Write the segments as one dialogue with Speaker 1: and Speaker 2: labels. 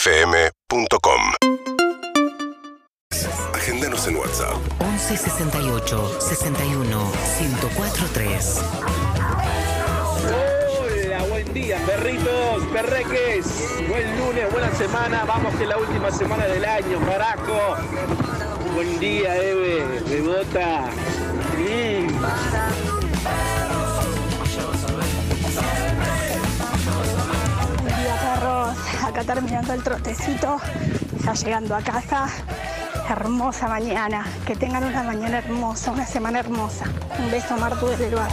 Speaker 1: UrbanaPlayFM.com Agendanos en WhatsApp
Speaker 2: 11 68 61 1043.
Speaker 3: Hola, buen día, perritos, perreques. Buen lunes, buena semana. Vamos que es la última semana del año, carajo. Buen día, Eve, Bebota. Mm.
Speaker 4: Buen día, perros. Acá terminando el trotecito, ya llegando a casa. Hermosa mañana. Que tengan una mañana hermosa, una semana hermosa. Un beso, Martu, desde el bar.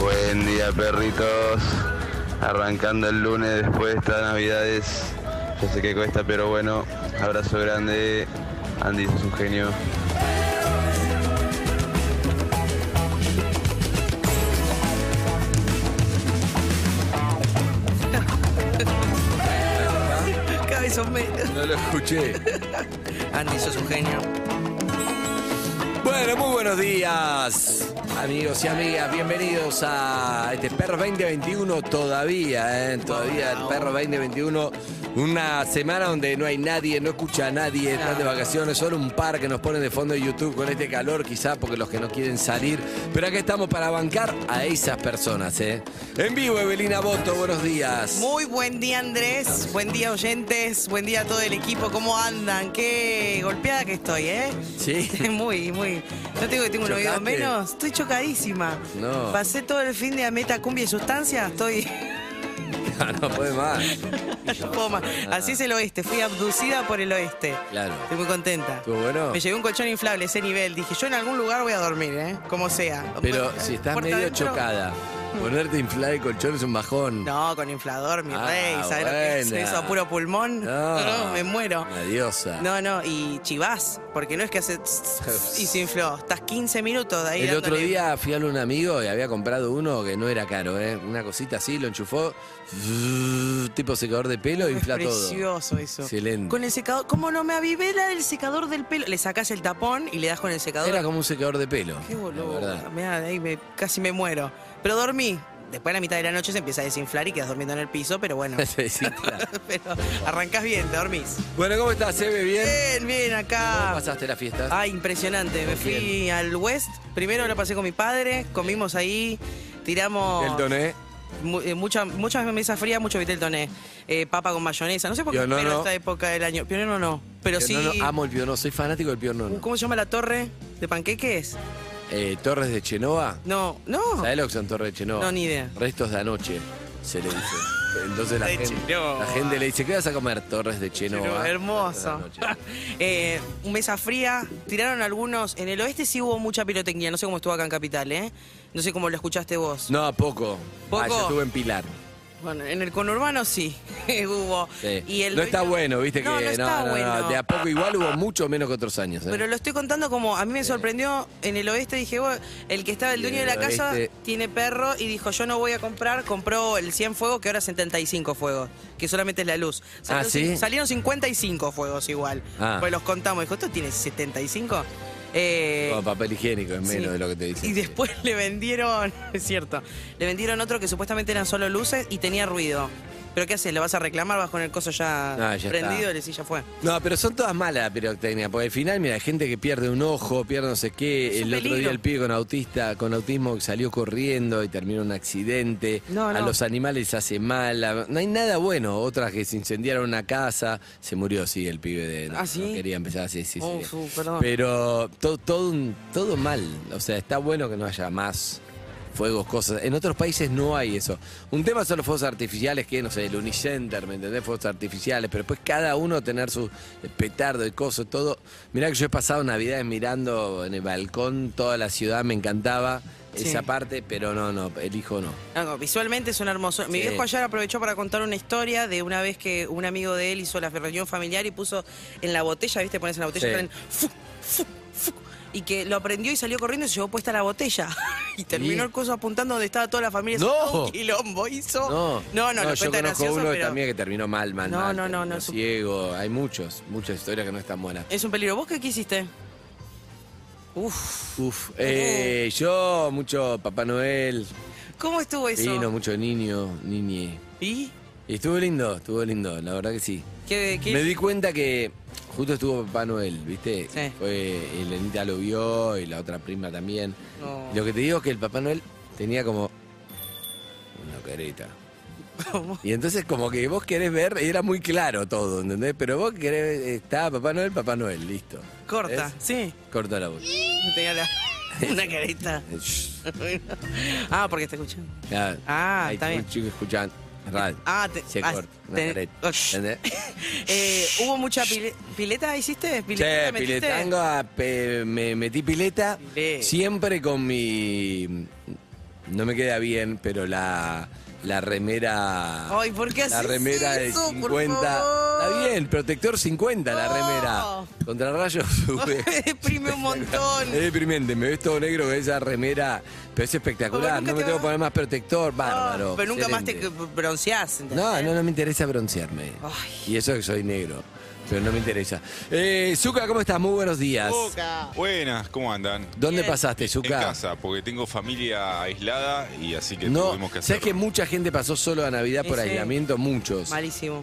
Speaker 5: Buen día perritos, arrancando el lunes después de estas navidades, yo sé que cuesta pero bueno, abrazo grande, Andy es un genio.
Speaker 6: Cada vez son menos.
Speaker 7: No lo escuché.
Speaker 6: Andy, sos un genio.
Speaker 7: Bueno, muy buenos días, amigos y amigas. Bienvenidos a este Perro 2021 todavía, ¿eh? Todavía el Perro 2021. Una semana donde no hay nadie, no escucha a nadie, están de vacaciones, solo un par que nos ponen de fondo de YouTube con este calor, quizá porque los que no quieren salir. Pero acá estamos para bancar a esas personas, ¿eh? En vivo, Evelina Boto, buenos días.
Speaker 8: Muy buen día Andrés, buen día oyentes, buen día a todo el equipo, ¿cómo andan? Qué golpeada que estoy, ¿eh?
Speaker 7: Sí.
Speaker 8: Muy, muy. No tengo que tengo un
Speaker 7: ¿Chocaste?
Speaker 8: oído menos, estoy chocadísima.
Speaker 7: No.
Speaker 8: Pasé todo el fin de a meta cumbia y sustancia, estoy...
Speaker 7: Ah, no puede más.
Speaker 8: no puedo más.
Speaker 7: Ah.
Speaker 8: Así es el oeste, fui abducida por el oeste.
Speaker 7: Claro.
Speaker 8: Estoy muy contenta.
Speaker 7: ¿Estuvo bueno?
Speaker 8: Me llegó un colchón inflable, ese nivel. Dije, yo en algún lugar voy a dormir, ¿eh? Como sea.
Speaker 7: Pero si estás
Speaker 8: Puerta
Speaker 7: medio
Speaker 8: adentro- Mm.
Speaker 7: chocada, ponerte a inflar el colchón es un bajón.
Speaker 8: No, con inflador, mi
Speaker 7: Ah,
Speaker 8: rey, ¿sabes lo que es
Speaker 7: buena.
Speaker 8: eso? a Puro pulmón.
Speaker 7: No.
Speaker 8: me muero.
Speaker 7: Una diosa.
Speaker 8: No, no, y chivás, porque no es que hace tss, tss, y se infló. Estás 15 minutos de ahí
Speaker 7: El otro
Speaker 8: dándole-
Speaker 7: día fui a un amigo y había comprado uno que no era caro, ¿eh? Una cosita así, lo enchufó, zzzz, tipo secador de pelo,
Speaker 8: Es
Speaker 7: infla todo.
Speaker 8: precioso eso.
Speaker 7: Excelente.
Speaker 8: Con el secador, ¿cómo no me avivé la del secador del pelo? Le sacás el tapón y le das con el secador.
Speaker 7: Era como un secador de pelo.
Speaker 8: Qué
Speaker 7: la
Speaker 8: boludo.
Speaker 7: verdad.
Speaker 8: Mirá, de ahí me- casi me muero. Pero dormí. Después a la mitad de la noche se empieza a desinflar y quedas durmiendo en el piso, pero bueno.
Speaker 7: Sí, sí, claro.
Speaker 8: pero arrancás bien, te dormís.
Speaker 7: Bueno, ¿cómo estás, Eve? ¿Bien?
Speaker 8: Bien, bien,
Speaker 7: ¿Cómo
Speaker 8: acá.
Speaker 7: pasaste la fiesta?
Speaker 8: Ah, impresionante. Me fui al West. Primero la pasé con mi padre, comimos ahí, tiramos
Speaker 7: El toné.
Speaker 8: mu- eh, mucha- muchas mesas frías, mucho vitel toné. Eh, papa con mayonesa. No sé por qué
Speaker 7: Pionono.
Speaker 8: espero esta época del año. Pionono no. Pero sí.
Speaker 7: Pionono, amo el pionono, soy fanático del pionono.
Speaker 8: ¿Cómo se llama la torre de panqueques?
Speaker 7: Eh, Torres de Chenova.
Speaker 8: No, no.
Speaker 7: ¿Sabés lo que son Torres de Chenova?
Speaker 8: No, ni idea.
Speaker 7: Restos de anoche, se le dice. Entonces la,
Speaker 8: De
Speaker 7: gente,
Speaker 8: Chenova.
Speaker 7: la gente le dice, ¿qué vas a comer? Torres de Chenova.
Speaker 8: Pero hermoso.
Speaker 7: Restos de anoche.
Speaker 8: Eh, mesa fría. Tiraron algunos. En el oeste sí hubo mucha pirotecnia. No sé cómo estuvo acá en Capital, ¿eh? No sé cómo lo escuchaste vos.
Speaker 7: No, poco.
Speaker 8: ¿Poco?
Speaker 7: Ah, yo estuve en Pilar.
Speaker 8: Bueno, en el conurbano sí hubo.
Speaker 7: Sí.
Speaker 8: Y el
Speaker 7: no está
Speaker 8: dueño-
Speaker 7: bueno, viste
Speaker 8: No,
Speaker 7: que
Speaker 8: no está bueno.
Speaker 7: de a poco igual hubo mucho menos que otros años. ¿eh?
Speaker 8: Pero lo estoy contando como a mí me sorprendió en el oeste. Dije, "Bueno, el que estaba el
Speaker 7: Y
Speaker 8: dueño
Speaker 7: en
Speaker 8: de
Speaker 7: el
Speaker 8: la casa
Speaker 7: oeste-
Speaker 8: tiene perro y dijo, yo no voy a comprar. Compró el 100 fuegos, que ahora es 75 fuegos, que solamente es la luz.
Speaker 7: Ah, ¿sí?
Speaker 8: cin- salieron 55 fuegos igual.
Speaker 7: Ah.
Speaker 8: Pues los contamos. Dijo, ¿esto tiene 75? Eh,
Speaker 7: Con papel higiénico es menos
Speaker 8: Sí.
Speaker 7: de lo que te dicen.
Speaker 8: Y después le vendieron, es cierto, le vendieron otro que supuestamente eran solo luces y tenía ruido. Pero ¿qué haces? ¿Le vas a reclamar? ¿Vas con el coso ya,
Speaker 7: Ah, ya
Speaker 8: prendido?
Speaker 7: está.
Speaker 8: Le decís, ya fue.
Speaker 7: No, pero son todas malas la pirotecnia, porque al final, mira, hay gente que pierde un ojo, pierde no sé qué.
Speaker 8: Es un
Speaker 7: el otro día
Speaker 8: peligro.
Speaker 7: el pibe con autista, con autismo que salió corriendo y terminó en un accidente.
Speaker 8: No,
Speaker 7: A
Speaker 8: no.
Speaker 7: los animales hace mal. a- No hay nada bueno. Otras que se incendiaron una casa, se murió, sí, el pibe de. No,
Speaker 8: ¿Ah, sí?
Speaker 7: no quería empezar así, sí, sí.
Speaker 8: Uf, uh, perdón.
Speaker 7: Pero todo, todo, un- todo mal. O sea, está bueno que no haya más. Fuegos, cosas. En otros países no hay eso. Un tema son los fuegos artificiales, que no sé, el Unicenter, ¿me entendés? Fuegos artificiales, pero después cada uno tener su petardo y cosas, todo. Mirá que yo he pasado Navidades mirando en el balcón toda la ciudad, me encantaba
Speaker 8: Sí.
Speaker 7: esa parte, pero no, no, el hijo no.
Speaker 8: No, no, visualmente es un hermoso. Mi
Speaker 7: Sí.
Speaker 8: viejo ayer aprovechó para contar una historia de una vez que un amigo de él hizo la reunión familiar y puso en la botella, ¿viste? Pones en la botella
Speaker 7: Sí.
Speaker 8: y ponen fu, fu, fu, y que lo aprendió y salió corriendo y se llevó puesta la botella. Y terminó el coso apuntando donde estaba toda la familia.
Speaker 7: ¡No!
Speaker 8: Hizo Un quilombo hizo.
Speaker 7: No,
Speaker 8: Oh, no, no, lo
Speaker 7: yo
Speaker 8: cuenta
Speaker 7: conozco
Speaker 8: gracioso,
Speaker 7: uno que
Speaker 8: pero
Speaker 7: también que terminó mal, mal,
Speaker 8: No,
Speaker 7: mal,
Speaker 8: no, no,
Speaker 7: terminó
Speaker 8: no, su-
Speaker 7: ciego. Hay muchos, muchas historias que no están buenas.
Speaker 8: es un peligro. ¿Vos qué qué hiciste? Uf.
Speaker 7: Uf, eh, yo mucho Papá Noel,
Speaker 8: ¿Cómo estuvo eso?
Speaker 7: vino, mucho niño, niñe.
Speaker 8: ¿Y?
Speaker 7: Y estuvo lindo, estuvo lindo, la verdad que sí.
Speaker 8: ¿Qué, qué?
Speaker 7: Me di cuenta que justo estuvo Papá Noel, ¿viste?
Speaker 8: Sí.
Speaker 7: Fue, Elenita lo vio y la otra prima también.
Speaker 8: No.
Speaker 7: Lo que te digo es que el Papá Noel tenía como una careta.
Speaker 8: ¿Cómo?
Speaker 7: Y entonces como que vos querés ver, era muy claro todo, ¿entendés? Pero vos querés, está Papá Noel, Papá Noel, listo.
Speaker 8: Corta,
Speaker 7: ¿Ves?
Speaker 8: sí.
Speaker 7: Corta la voz.
Speaker 8: Tenía la- una careta.
Speaker 7: Eh, shh.
Speaker 8: ah, porque te escuchan.
Speaker 7: Ya.
Speaker 8: Ah,
Speaker 7: Hay
Speaker 8: está bien.
Speaker 7: chicos escuchando. Radio.
Speaker 8: Ah, te-
Speaker 7: Se
Speaker 8: ah,
Speaker 7: corta. Una
Speaker 8: te-
Speaker 7: careta.
Speaker 8: oh, shh.
Speaker 7: ¿Entendés?
Speaker 8: Eh, ¿Hubo mucha pile- pileta? ¿Hiciste? ¿Pileta
Speaker 7: Che,
Speaker 8: metiste?
Speaker 7: piletanga, pe- me metí pileta
Speaker 8: Pileta.
Speaker 7: siempre con mi... No me queda bien, pero la, la remera...
Speaker 8: Ay, ¿por qué
Speaker 7: La
Speaker 8: haces
Speaker 7: remera
Speaker 8: eso,
Speaker 7: de
Speaker 8: por
Speaker 7: 50.
Speaker 8: favor?
Speaker 7: Está bien, protector 50 la
Speaker 8: No.
Speaker 7: remera. Contra rayos sube.
Speaker 8: Me deprime un montón.
Speaker 7: Es deprimente, me ves todo negro con esa remera, pero es espectacular.
Speaker 8: Pero nunca
Speaker 7: No me
Speaker 8: te
Speaker 7: tengo
Speaker 8: va-
Speaker 7: que poner más protector, bárbaro.
Speaker 8: Ah, pero nunca más te Ah.
Speaker 7: excelente.
Speaker 8: bronceás. ¿entendés?
Speaker 7: No, no, no me interesa broncearme.
Speaker 8: Ay.
Speaker 7: Y eso que soy negro, pero no me interesa. Eh, Zuka, ¿cómo estás? Muy buenos días.
Speaker 9: Buenas, ¿cómo andan?
Speaker 7: ¿Dónde
Speaker 8: Bien.
Speaker 7: pasaste,
Speaker 9: En
Speaker 7: Zuka?
Speaker 9: casa, porque tengo familia aislada y así que
Speaker 7: No,
Speaker 9: tuvimos que hacer.
Speaker 7: sabes que mucha gente pasó solo a Navidad por
Speaker 8: Sí, sí.
Speaker 7: aislamiento, muchos.
Speaker 8: Malísimo.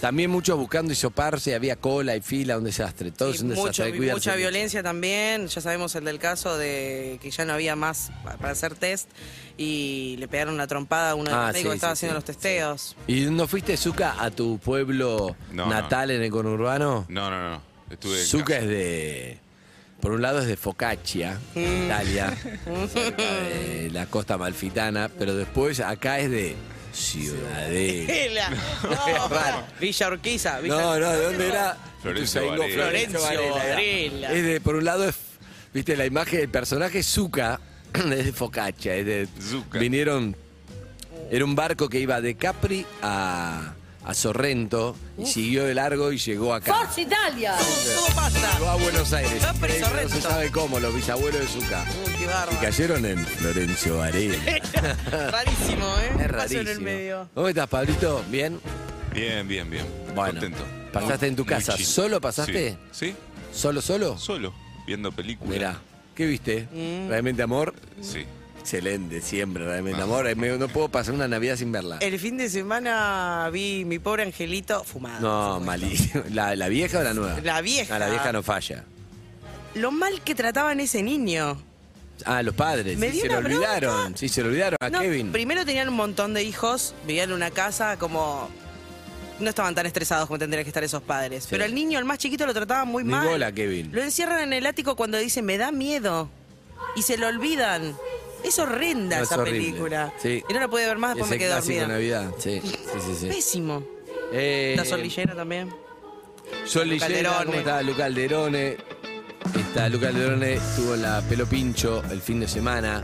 Speaker 7: También muchos buscando hisoparse, había cola y fila, un desastre. Todo
Speaker 8: Y
Speaker 7: es un desastre.
Speaker 8: mucho-
Speaker 7: hay que cuidarse
Speaker 8: mucha
Speaker 7: mucho.
Speaker 8: violencia también. Ya sabemos el del caso de que ya no había más pa- para hacer test y le pegaron la trompada a uno de
Speaker 7: Ah,
Speaker 8: los médicos
Speaker 7: sí,
Speaker 8: que estaba
Speaker 7: sí,
Speaker 8: haciendo
Speaker 7: sí,
Speaker 8: los testeos.
Speaker 7: ¿Y no fuiste, Zuka, a tu pueblo
Speaker 9: No,
Speaker 7: natal en el conurbano?
Speaker 9: No, no, no. Estuve en
Speaker 7: Zucca
Speaker 9: casa.
Speaker 7: es de. Por un lado es de Focaccia, Italia, cerca de la costa malfitana, pero después acá es de Ciudadela.
Speaker 8: Vela.
Speaker 7: Es raro.
Speaker 8: Villa Urquiza, Villa
Speaker 7: No, no, ¿de dónde era?
Speaker 9: Florencio
Speaker 7: Ituzaingó,
Speaker 9: Varela.
Speaker 8: Florencio
Speaker 7: era.
Speaker 8: Varela.
Speaker 7: Es de, por un lado, es, viste, la imagen del personaje Zucca es de Focaccia, es de.
Speaker 9: Zucca.
Speaker 7: Vinieron. Era un barco que iba de Capri a, a Sorrento y siguió de largo y llegó acá.
Speaker 10: Italia!
Speaker 8: Todo pasa.
Speaker 7: Llegó a Buenos Aires.
Speaker 8: Va preso,
Speaker 7: Increíble, no se
Speaker 8: Renzo.
Speaker 7: sabe cómo, los bisabuelos de Zucca.
Speaker 8: Uh, qué
Speaker 7: Y
Speaker 8: bárbaro.
Speaker 7: cayeron en Florencio Varela.
Speaker 8: Rarísimo, ¿eh?
Speaker 7: Es
Speaker 8: Paso
Speaker 7: rarísimo.
Speaker 8: en el medio.
Speaker 7: ¿Cómo estás, Pablito? ¿Bien?
Speaker 9: Bien, bien, bien.
Speaker 7: Bueno,
Speaker 9: Contento.
Speaker 7: ¿pasaste en tu
Speaker 9: Muy
Speaker 7: casa?
Speaker 9: chill.
Speaker 7: ¿Solo pasaste?
Speaker 9: Sí.
Speaker 7: ¿Solo, solo?
Speaker 9: Sí, solo, viendo películas.
Speaker 7: Mirá, ¿qué viste?
Speaker 8: Mm.
Speaker 7: ¿Realmente amor?
Speaker 9: Sí.
Speaker 7: Excelente, siempre, realmente
Speaker 9: Ah.
Speaker 7: amor. Eh, me- No puedo pasar una Navidad sin verla.
Speaker 8: El fin de semana vi mi pobre angelito fumado.
Speaker 7: No,
Speaker 8: por supuesto.
Speaker 7: malísimo. ¿La, la vieja o la nueva?
Speaker 8: La vieja.
Speaker 7: Ah, la vieja no falla.
Speaker 8: Lo mal que trataban ese niño.
Speaker 7: Ah, los padres.
Speaker 8: Me
Speaker 7: sí,
Speaker 8: dio
Speaker 7: se lo
Speaker 8: una
Speaker 7: olvidaron.
Speaker 8: bronca.
Speaker 7: Sí, se lo olvidaron a
Speaker 8: No,
Speaker 7: Kevin.
Speaker 8: Primero tenían un montón de hijos, vivían en una casa como. No estaban tan estresados como tendrían que estar esos padres. Pero al niño, el más chiquito, lo trataban muy
Speaker 7: Ni
Speaker 8: mal.
Speaker 7: bola, Kevin.
Speaker 8: Lo encierran en el ático cuando dice, me da miedo. Y se lo olvidan. Es horrenda
Speaker 7: No, es
Speaker 8: esa
Speaker 7: horrible.
Speaker 8: película.
Speaker 7: Sí.
Speaker 8: Y no la pude ver más, después
Speaker 7: Ese
Speaker 8: me quedé
Speaker 7: clásico
Speaker 8: dormida.
Speaker 7: de Navidad. Sí, sí, sí. sí.
Speaker 8: Pésimo.
Speaker 7: Eh,
Speaker 8: La solillera también.
Speaker 7: Sol Lillera,
Speaker 8: Calderone.
Speaker 7: ¿cómo está? Luca Alderone. Está Luca Alderone, estuvo en la Pelo Pincho el fin de semana.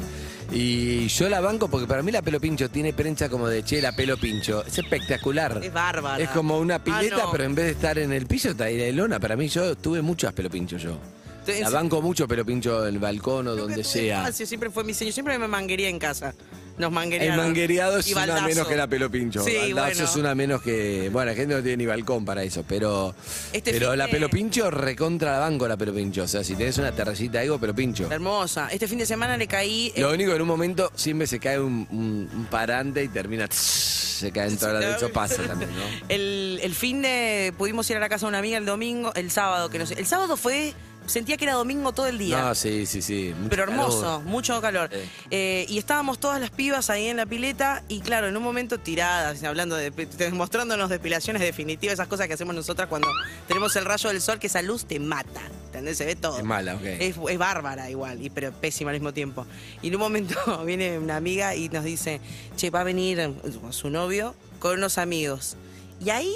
Speaker 7: Y yo la banco porque para mí la Pelo Pincho tiene prensa como de che, la Pelo Pincho. Es espectacular.
Speaker 8: Es bárbara.
Speaker 7: Es como una pileta,
Speaker 8: Ah, no.
Speaker 7: pero en vez de estar en el piso, está ahí de lona. Para mí, yo tuve muchas Pelo Pincho yo.
Speaker 8: Te-
Speaker 7: La banco mucho Pelo Pincho en el balcón o donde
Speaker 8: Nunca tuve
Speaker 7: sea.
Speaker 8: espacio, siempre fue mi sueño. Siempre me manguería en casa. Nos manguerían.
Speaker 7: El manguereado es
Speaker 8: Y
Speaker 7: una
Speaker 8: baldazo.
Speaker 7: menos que la pelo pincho.
Speaker 8: Sí,
Speaker 7: baldazo
Speaker 8: bueno.
Speaker 7: es una menos que. Bueno, la gente no tiene ni balcón para eso, pero.
Speaker 8: Este
Speaker 7: pero
Speaker 8: fin
Speaker 7: la
Speaker 8: de-
Speaker 7: pelo pincho recontra la banco la pelo pincho. O sea, si tenés una terracita algo, pelo pincho.
Speaker 8: Hermosa. Este fin de semana le caí. eh,
Speaker 7: Lo único, en un momento siempre se cae un, un- un parante y termina. Se cae en toda la de eso pasa también, ¿no?
Speaker 8: El, el fin de. Pudimos ir a la casa de una amiga el domingo, el sábado, que no sé. El sábado fue. Sentía que era domingo todo el día.
Speaker 7: No, sí, sí, sí. mucho
Speaker 8: pero hermoso,
Speaker 7: calor.
Speaker 8: mucho calor.
Speaker 7: Sí.
Speaker 8: Eh, y estábamos todas las pibas ahí en la pileta y claro, en un momento tiradas, hablando de, te- mostrándonos depilaciones definitivas, esas cosas que hacemos nosotras cuando tenemos el rayo del sol, que esa luz te mata. ¿Entendés? Se ve todo.
Speaker 7: Es mala, ok.
Speaker 8: Es, es bárbara igual, y, pero pésima al mismo tiempo. Y en un momento viene una amiga y nos dice, che, va a venir eh, su novio con unos amigos. Y ahí...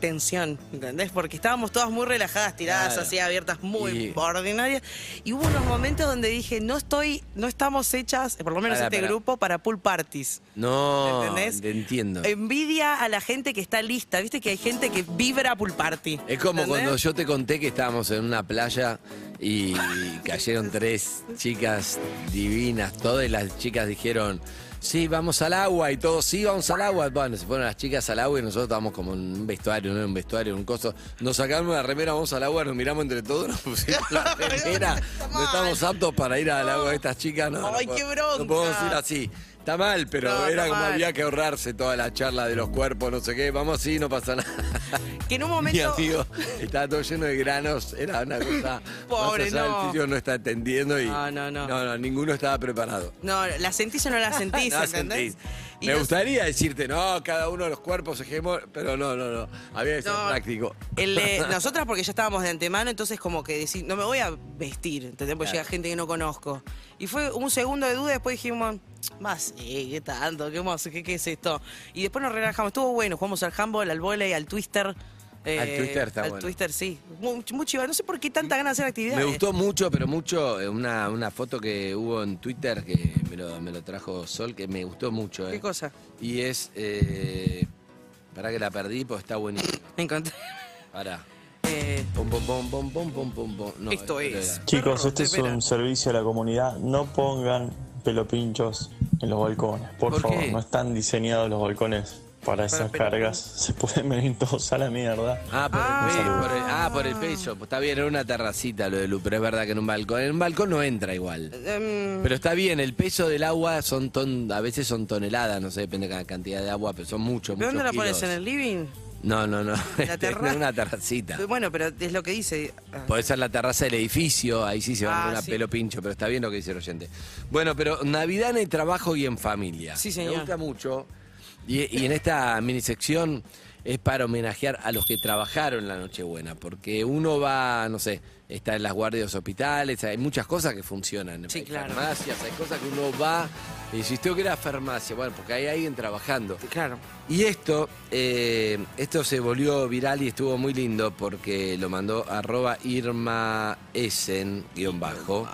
Speaker 8: Tensión, ¿entendés? Porque estábamos todas muy relajadas, tiradas
Speaker 7: Claro.
Speaker 8: así, abiertas
Speaker 7: Y-
Speaker 8: muy ordinaria. Y hubo unos momentos donde dije, no estoy, no estamos hechas, por lo menos
Speaker 7: Pará,
Speaker 8: este
Speaker 7: pará.
Speaker 8: grupo, para pool parties.
Speaker 7: No,
Speaker 8: ¿Entendés? Eh,
Speaker 7: te entiendo.
Speaker 8: Envidia a la gente que está lista. Viste que hay gente que vibra a pool party.
Speaker 7: Es como
Speaker 8: ¿entendés?
Speaker 7: cuando yo te conté que estábamos en una playa y cayeron tres chicas divinas. Todas las chicas dijeron, Sí, vamos al agua y todos, sí, vamos al agua. Bueno, se fueron las chicas al agua y nosotros estábamos como en un vestuario, ¿no? En un vestuario, en un coso. Nos sacamos una remera, vamos al agua, nos miramos entre todos, nos pusimos la remera. No estamos aptos para ir al agua de estas chicas, ¿no?
Speaker 8: Ay,
Speaker 7: no
Speaker 8: qué
Speaker 7: pod-
Speaker 8: bronca.
Speaker 7: No podemos ir así. Está mal, pero
Speaker 8: No,
Speaker 7: era
Speaker 8: está
Speaker 7: como
Speaker 8: mal.
Speaker 7: había que ahorrarse toda la charla de los cuerpos, no sé qué. Vamos así, no pasa nada.
Speaker 8: Que en un
Speaker 7: Mi
Speaker 8: momento.
Speaker 7: amigo estaba todo lleno de granos, era una cosa.
Speaker 8: Pobre,
Speaker 7: más allá del
Speaker 8: no.
Speaker 7: sitio no está entendiendo y.
Speaker 8: No, no, no.
Speaker 7: No, ninguno estaba preparado.
Speaker 8: No, la sentís o no la sentís,
Speaker 7: No
Speaker 8: ¿entendés?
Speaker 7: sentís.
Speaker 8: Y
Speaker 7: Me
Speaker 8: los-
Speaker 7: gustaría decirte, no, cada uno de los cuerpos hegemónicos, pero no, no, no. Había que ser
Speaker 8: No.
Speaker 7: práctico.
Speaker 8: El, eh, nosotras porque ya estábamos de antemano, entonces como que decís, no me voy a vestir, ¿entendés? Porque
Speaker 7: Claro.
Speaker 8: llega gente que no conozco. Y fue un segundo de duda, después dijimos, más, ¿qué tanto? ¿Qué, más? ¿Qué, qué es esto? Y después nos relajamos, estuvo bueno, jugamos al handball, al volei, al twister. eh,
Speaker 7: Al twister está
Speaker 8: Al
Speaker 7: bueno.
Speaker 8: twister, sí. Mucho, mucho, no sé por qué tanta ganas de hacer actividades.
Speaker 7: Me gustó mucho, pero mucho, eh, una, una foto que hubo en Twitter que me lo, me lo trajo Sol, que me gustó mucho.
Speaker 8: ¿Qué
Speaker 7: eh.
Speaker 8: cosa?
Speaker 7: Y es. Eh, para que la perdí, pues está buenísimo.
Speaker 8: Me encontré.
Speaker 7: Pará.
Speaker 8: Eh,
Speaker 7: Pom, pom, pom, pom, pom, pom, pom, pom. No,
Speaker 8: Esto es.
Speaker 7: era.
Speaker 10: Chicos,
Speaker 8: Perro,
Speaker 10: este es
Speaker 3: Mm.
Speaker 8: espera.
Speaker 10: un servicio a la comunidad. No pongan pelopinchos en los balcones, por,
Speaker 7: ¿Por
Speaker 10: favor.
Speaker 7: qué?
Speaker 10: No están diseñados los balcones para esas
Speaker 8: pelopinchos.
Speaker 10: cargas. Se pueden venir todos a la mierda.
Speaker 7: Ah, por,
Speaker 8: Ah.
Speaker 7: El, pe- por el- ah, por el pecho. Pues Está bien, era una terracita lo de Lu, pero es verdad que en un balcón. En un balcón no entra igual.
Speaker 8: em,
Speaker 7: Pero está bien, el peso del agua son ton- a veces son toneladas, no sé, depende de la cantidad de agua, pero son muchos,
Speaker 8: ¿pero
Speaker 7: muchos
Speaker 8: dónde la pones? ¿En
Speaker 7: kilos.
Speaker 8: el living?
Speaker 7: No, no, no,
Speaker 8: ¿La
Speaker 7: este,
Speaker 8: terra-
Speaker 7: en una terracita.
Speaker 8: Bueno, pero es lo que dice. ah,
Speaker 7: Puede ser la terraza del edificio, ahí sí se van
Speaker 8: Ah,
Speaker 7: con una
Speaker 8: sí.
Speaker 7: pelo pincho, pero está bien lo que dice el oyente. Bueno, pero Navidad en el trabajo y en familia.
Speaker 8: Sí, señor.
Speaker 7: Me gusta mucho. Y, y en esta minisección es para homenajear a los que trabajaron la Nochebuena, porque uno va, no sé, está en las guardias de hospitales, hay muchas cosas que funcionan.
Speaker 8: Sí,
Speaker 7: Hay
Speaker 8: claro.
Speaker 7: Farmacias, hay cosas que uno va y decís, tengo que ir a la farmacia, bueno, porque hay alguien trabajando.
Speaker 8: Claro.
Speaker 7: Y esto, eh, esto se volvió viral y estuvo muy lindo porque lo mandó arroba Irma Essen, guión bajo.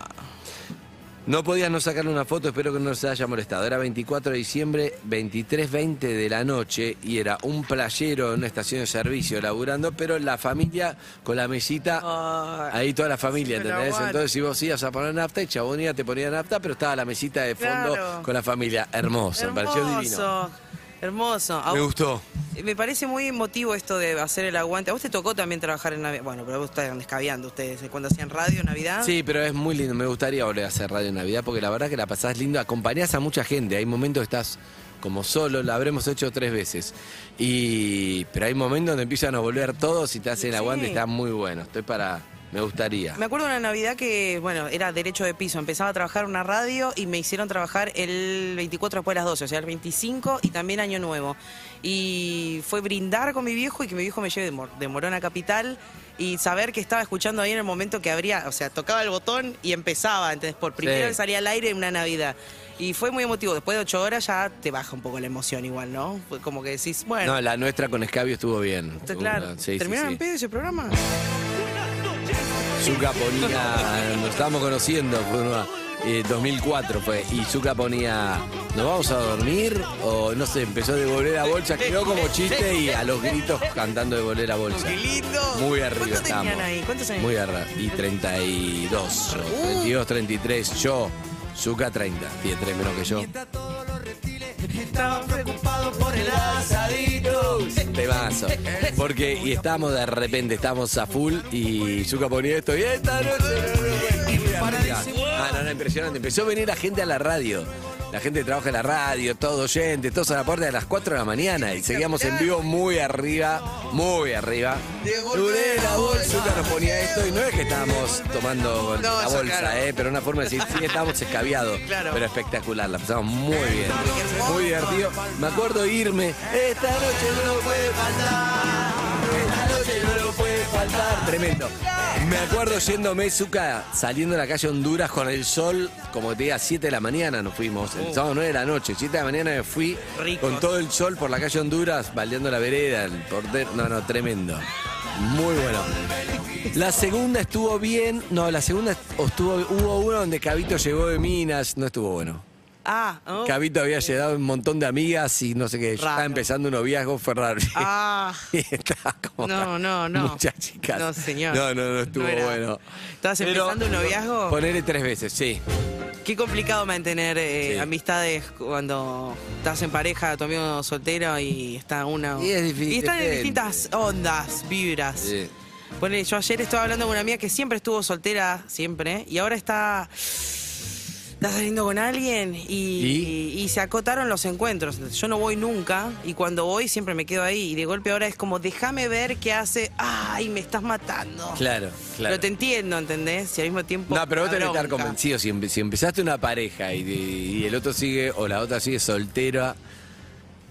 Speaker 7: No podías no sacarle una foto, espero que no se haya molestado. Era 24 de diciembre, 23.20 de la noche y era un playero en una estación de servicio laburando, pero la familia con la mesita...
Speaker 8: Ah,
Speaker 7: Ahí toda la familia,
Speaker 8: Sí, pero
Speaker 7: ¿entendés?
Speaker 8: bueno.
Speaker 7: Entonces, si vos ibas a poner nafta y chabonía te ponía nafta, pero estaba la mesita de fondo
Speaker 8: Claro.
Speaker 7: con la familia. Hermoso, me pareció divino.
Speaker 8: hermoso. Hermoso. A
Speaker 7: Me
Speaker 8: vos-
Speaker 7: gustó.
Speaker 8: Me parece muy emotivo esto de hacer el aguante. A vos te tocó también trabajar en Navidad. Bueno, pero vos estaban descabeando ustedes ¿eh? cuando hacían radio Navidad.
Speaker 7: Sí, pero es muy lindo. Me gustaría volver a hacer radio en Navidad porque la verdad que la pasás lindo. Acompañás a mucha gente. Hay momentos que estás como solo, la habremos hecho tres veces. Y Pero hay momentos donde empiezan a volver todos y te hacen
Speaker 8: Sí.
Speaker 7: aguante. Está muy bueno. Estoy para. Me gustaría.
Speaker 8: Me acuerdo de una Navidad que, bueno, era derecho de piso. Empezaba a trabajar en una radio y me hicieron trabajar el 24 después de las 12, o sea, el 25 y también Año Nuevo. Y fue brindar con mi viejo y que mi viejo me lleve de, Mor- de Morón a Capital y saber que estaba escuchando ahí en el momento que abría, o sea, tocaba el botón y empezaba. Entonces, por primera
Speaker 7: Sí.
Speaker 8: vez salía al aire en una Navidad. Y fue muy emotivo. Después de ocho horas ya te baja un poco la emoción igual, ¿no? Fue como que decís, bueno,
Speaker 7: No, la nuestra con Escabio estuvo bien.
Speaker 8: está claro.
Speaker 7: Sí, sí,
Speaker 8: ¿Terminaron
Speaker 7: sí.
Speaker 8: en pedo ese programa?
Speaker 7: Zucca ponía, nos estábamos conociendo, fue una- eh, 2004 fue, y Zucca ponía, ¿nos vamos a dormir? O no sé, empezó a devolver la bolsa, quedó como chiste y a los gritos cantando devolver la bolsa.
Speaker 8: ¡Qué lindo!
Speaker 7: Muy arriba
Speaker 8: ¿Cuánto tenían
Speaker 7: estábamos.
Speaker 8: ahí? ¿Cuántos años? Uh.
Speaker 7: Muy arriba, y 32, yo, 32, 33, yo, Zucca 30, 10, 3 menos que yo.
Speaker 6: Estaban preocupados por el asadito.
Speaker 7: Temazo. Porque y estábamos de repente, estábamos a full y Zuka ponía esto y esta noche. Ah, no, no, impresionante. Empezó a venir la gente a la radio. La gente que trabaja en la radio, todos oyentes, todos a la puerta de las 4 de la mañana y seguíamos en vivo muy arriba, muy arriba. Duré la bolsa, Zuka nos ponía esto y no es que estábamos tomando
Speaker 8: No,
Speaker 7: la
Speaker 8: eso, claro.
Speaker 7: bolsa, eh, pero una forma de decir, sí, estábamos escabiados,
Speaker 8: Claro.
Speaker 7: pero espectacular, la pasamos muy bien, muy divertido. Me acuerdo irme, esta noche no puede faltar, esta noche no lo puede faltar, tremendo. Me acuerdo yéndome, Zuka, saliendo a la calle Honduras con el sol, como te diga, 7 de la mañana nos fuimos, el sábado 9 de la noche, 7 de la mañana me fui
Speaker 8: Oh. Rico.
Speaker 7: con todo el sol por la calle Honduras, baldeando la vereda, el portero, no, no, tremendo. Muy bueno. La segunda estuvo bien. No, la segunda estuvo. Hubo uno donde Cabito llegó de Minas. No estuvo bueno.
Speaker 8: Ah, oh.
Speaker 7: Cabito había llegado un montón de amigas y no sé qué. Yo Estaba
Speaker 8: Raro.
Speaker 7: empezando un noviazgo, fue raro.
Speaker 8: Ah.
Speaker 7: Y estaba como
Speaker 8: No, no, no.
Speaker 7: Muchas chicas.
Speaker 8: No, señor.
Speaker 7: No, no, no estuvo
Speaker 8: No era.
Speaker 7: bueno.
Speaker 8: ¿Estabas empezando un noviazgo?
Speaker 7: Ponele tres veces, sí.
Speaker 8: Qué complicado mantener eh, amistades cuando estás en pareja, tu amigo soltero y está una.
Speaker 7: Y es difícil,
Speaker 8: Y están en
Speaker 7: gente.
Speaker 8: distintas ondas, vibras.
Speaker 7: Sí.
Speaker 8: Ponele, yo ayer estaba hablando con una amiga que siempre estuvo soltera, siempre, y ahora está. Está saliendo con alguien y, y- y se acotaron los encuentros. Yo no voy nunca y cuando voy siempre me quedo ahí. Y de golpe ahora es como, déjame ver qué hace. ¡Ay, me estás matando!
Speaker 7: Claro, claro.
Speaker 8: Pero te entiendo, ¿entendés? Y al mismo tiempo.
Speaker 7: No, pero vos
Speaker 8: la
Speaker 7: tenés que estar
Speaker 8: bronca.
Speaker 7: convencido. Si, empe- si empezaste una pareja y, y el otro sigue, o la otra sigue soltera,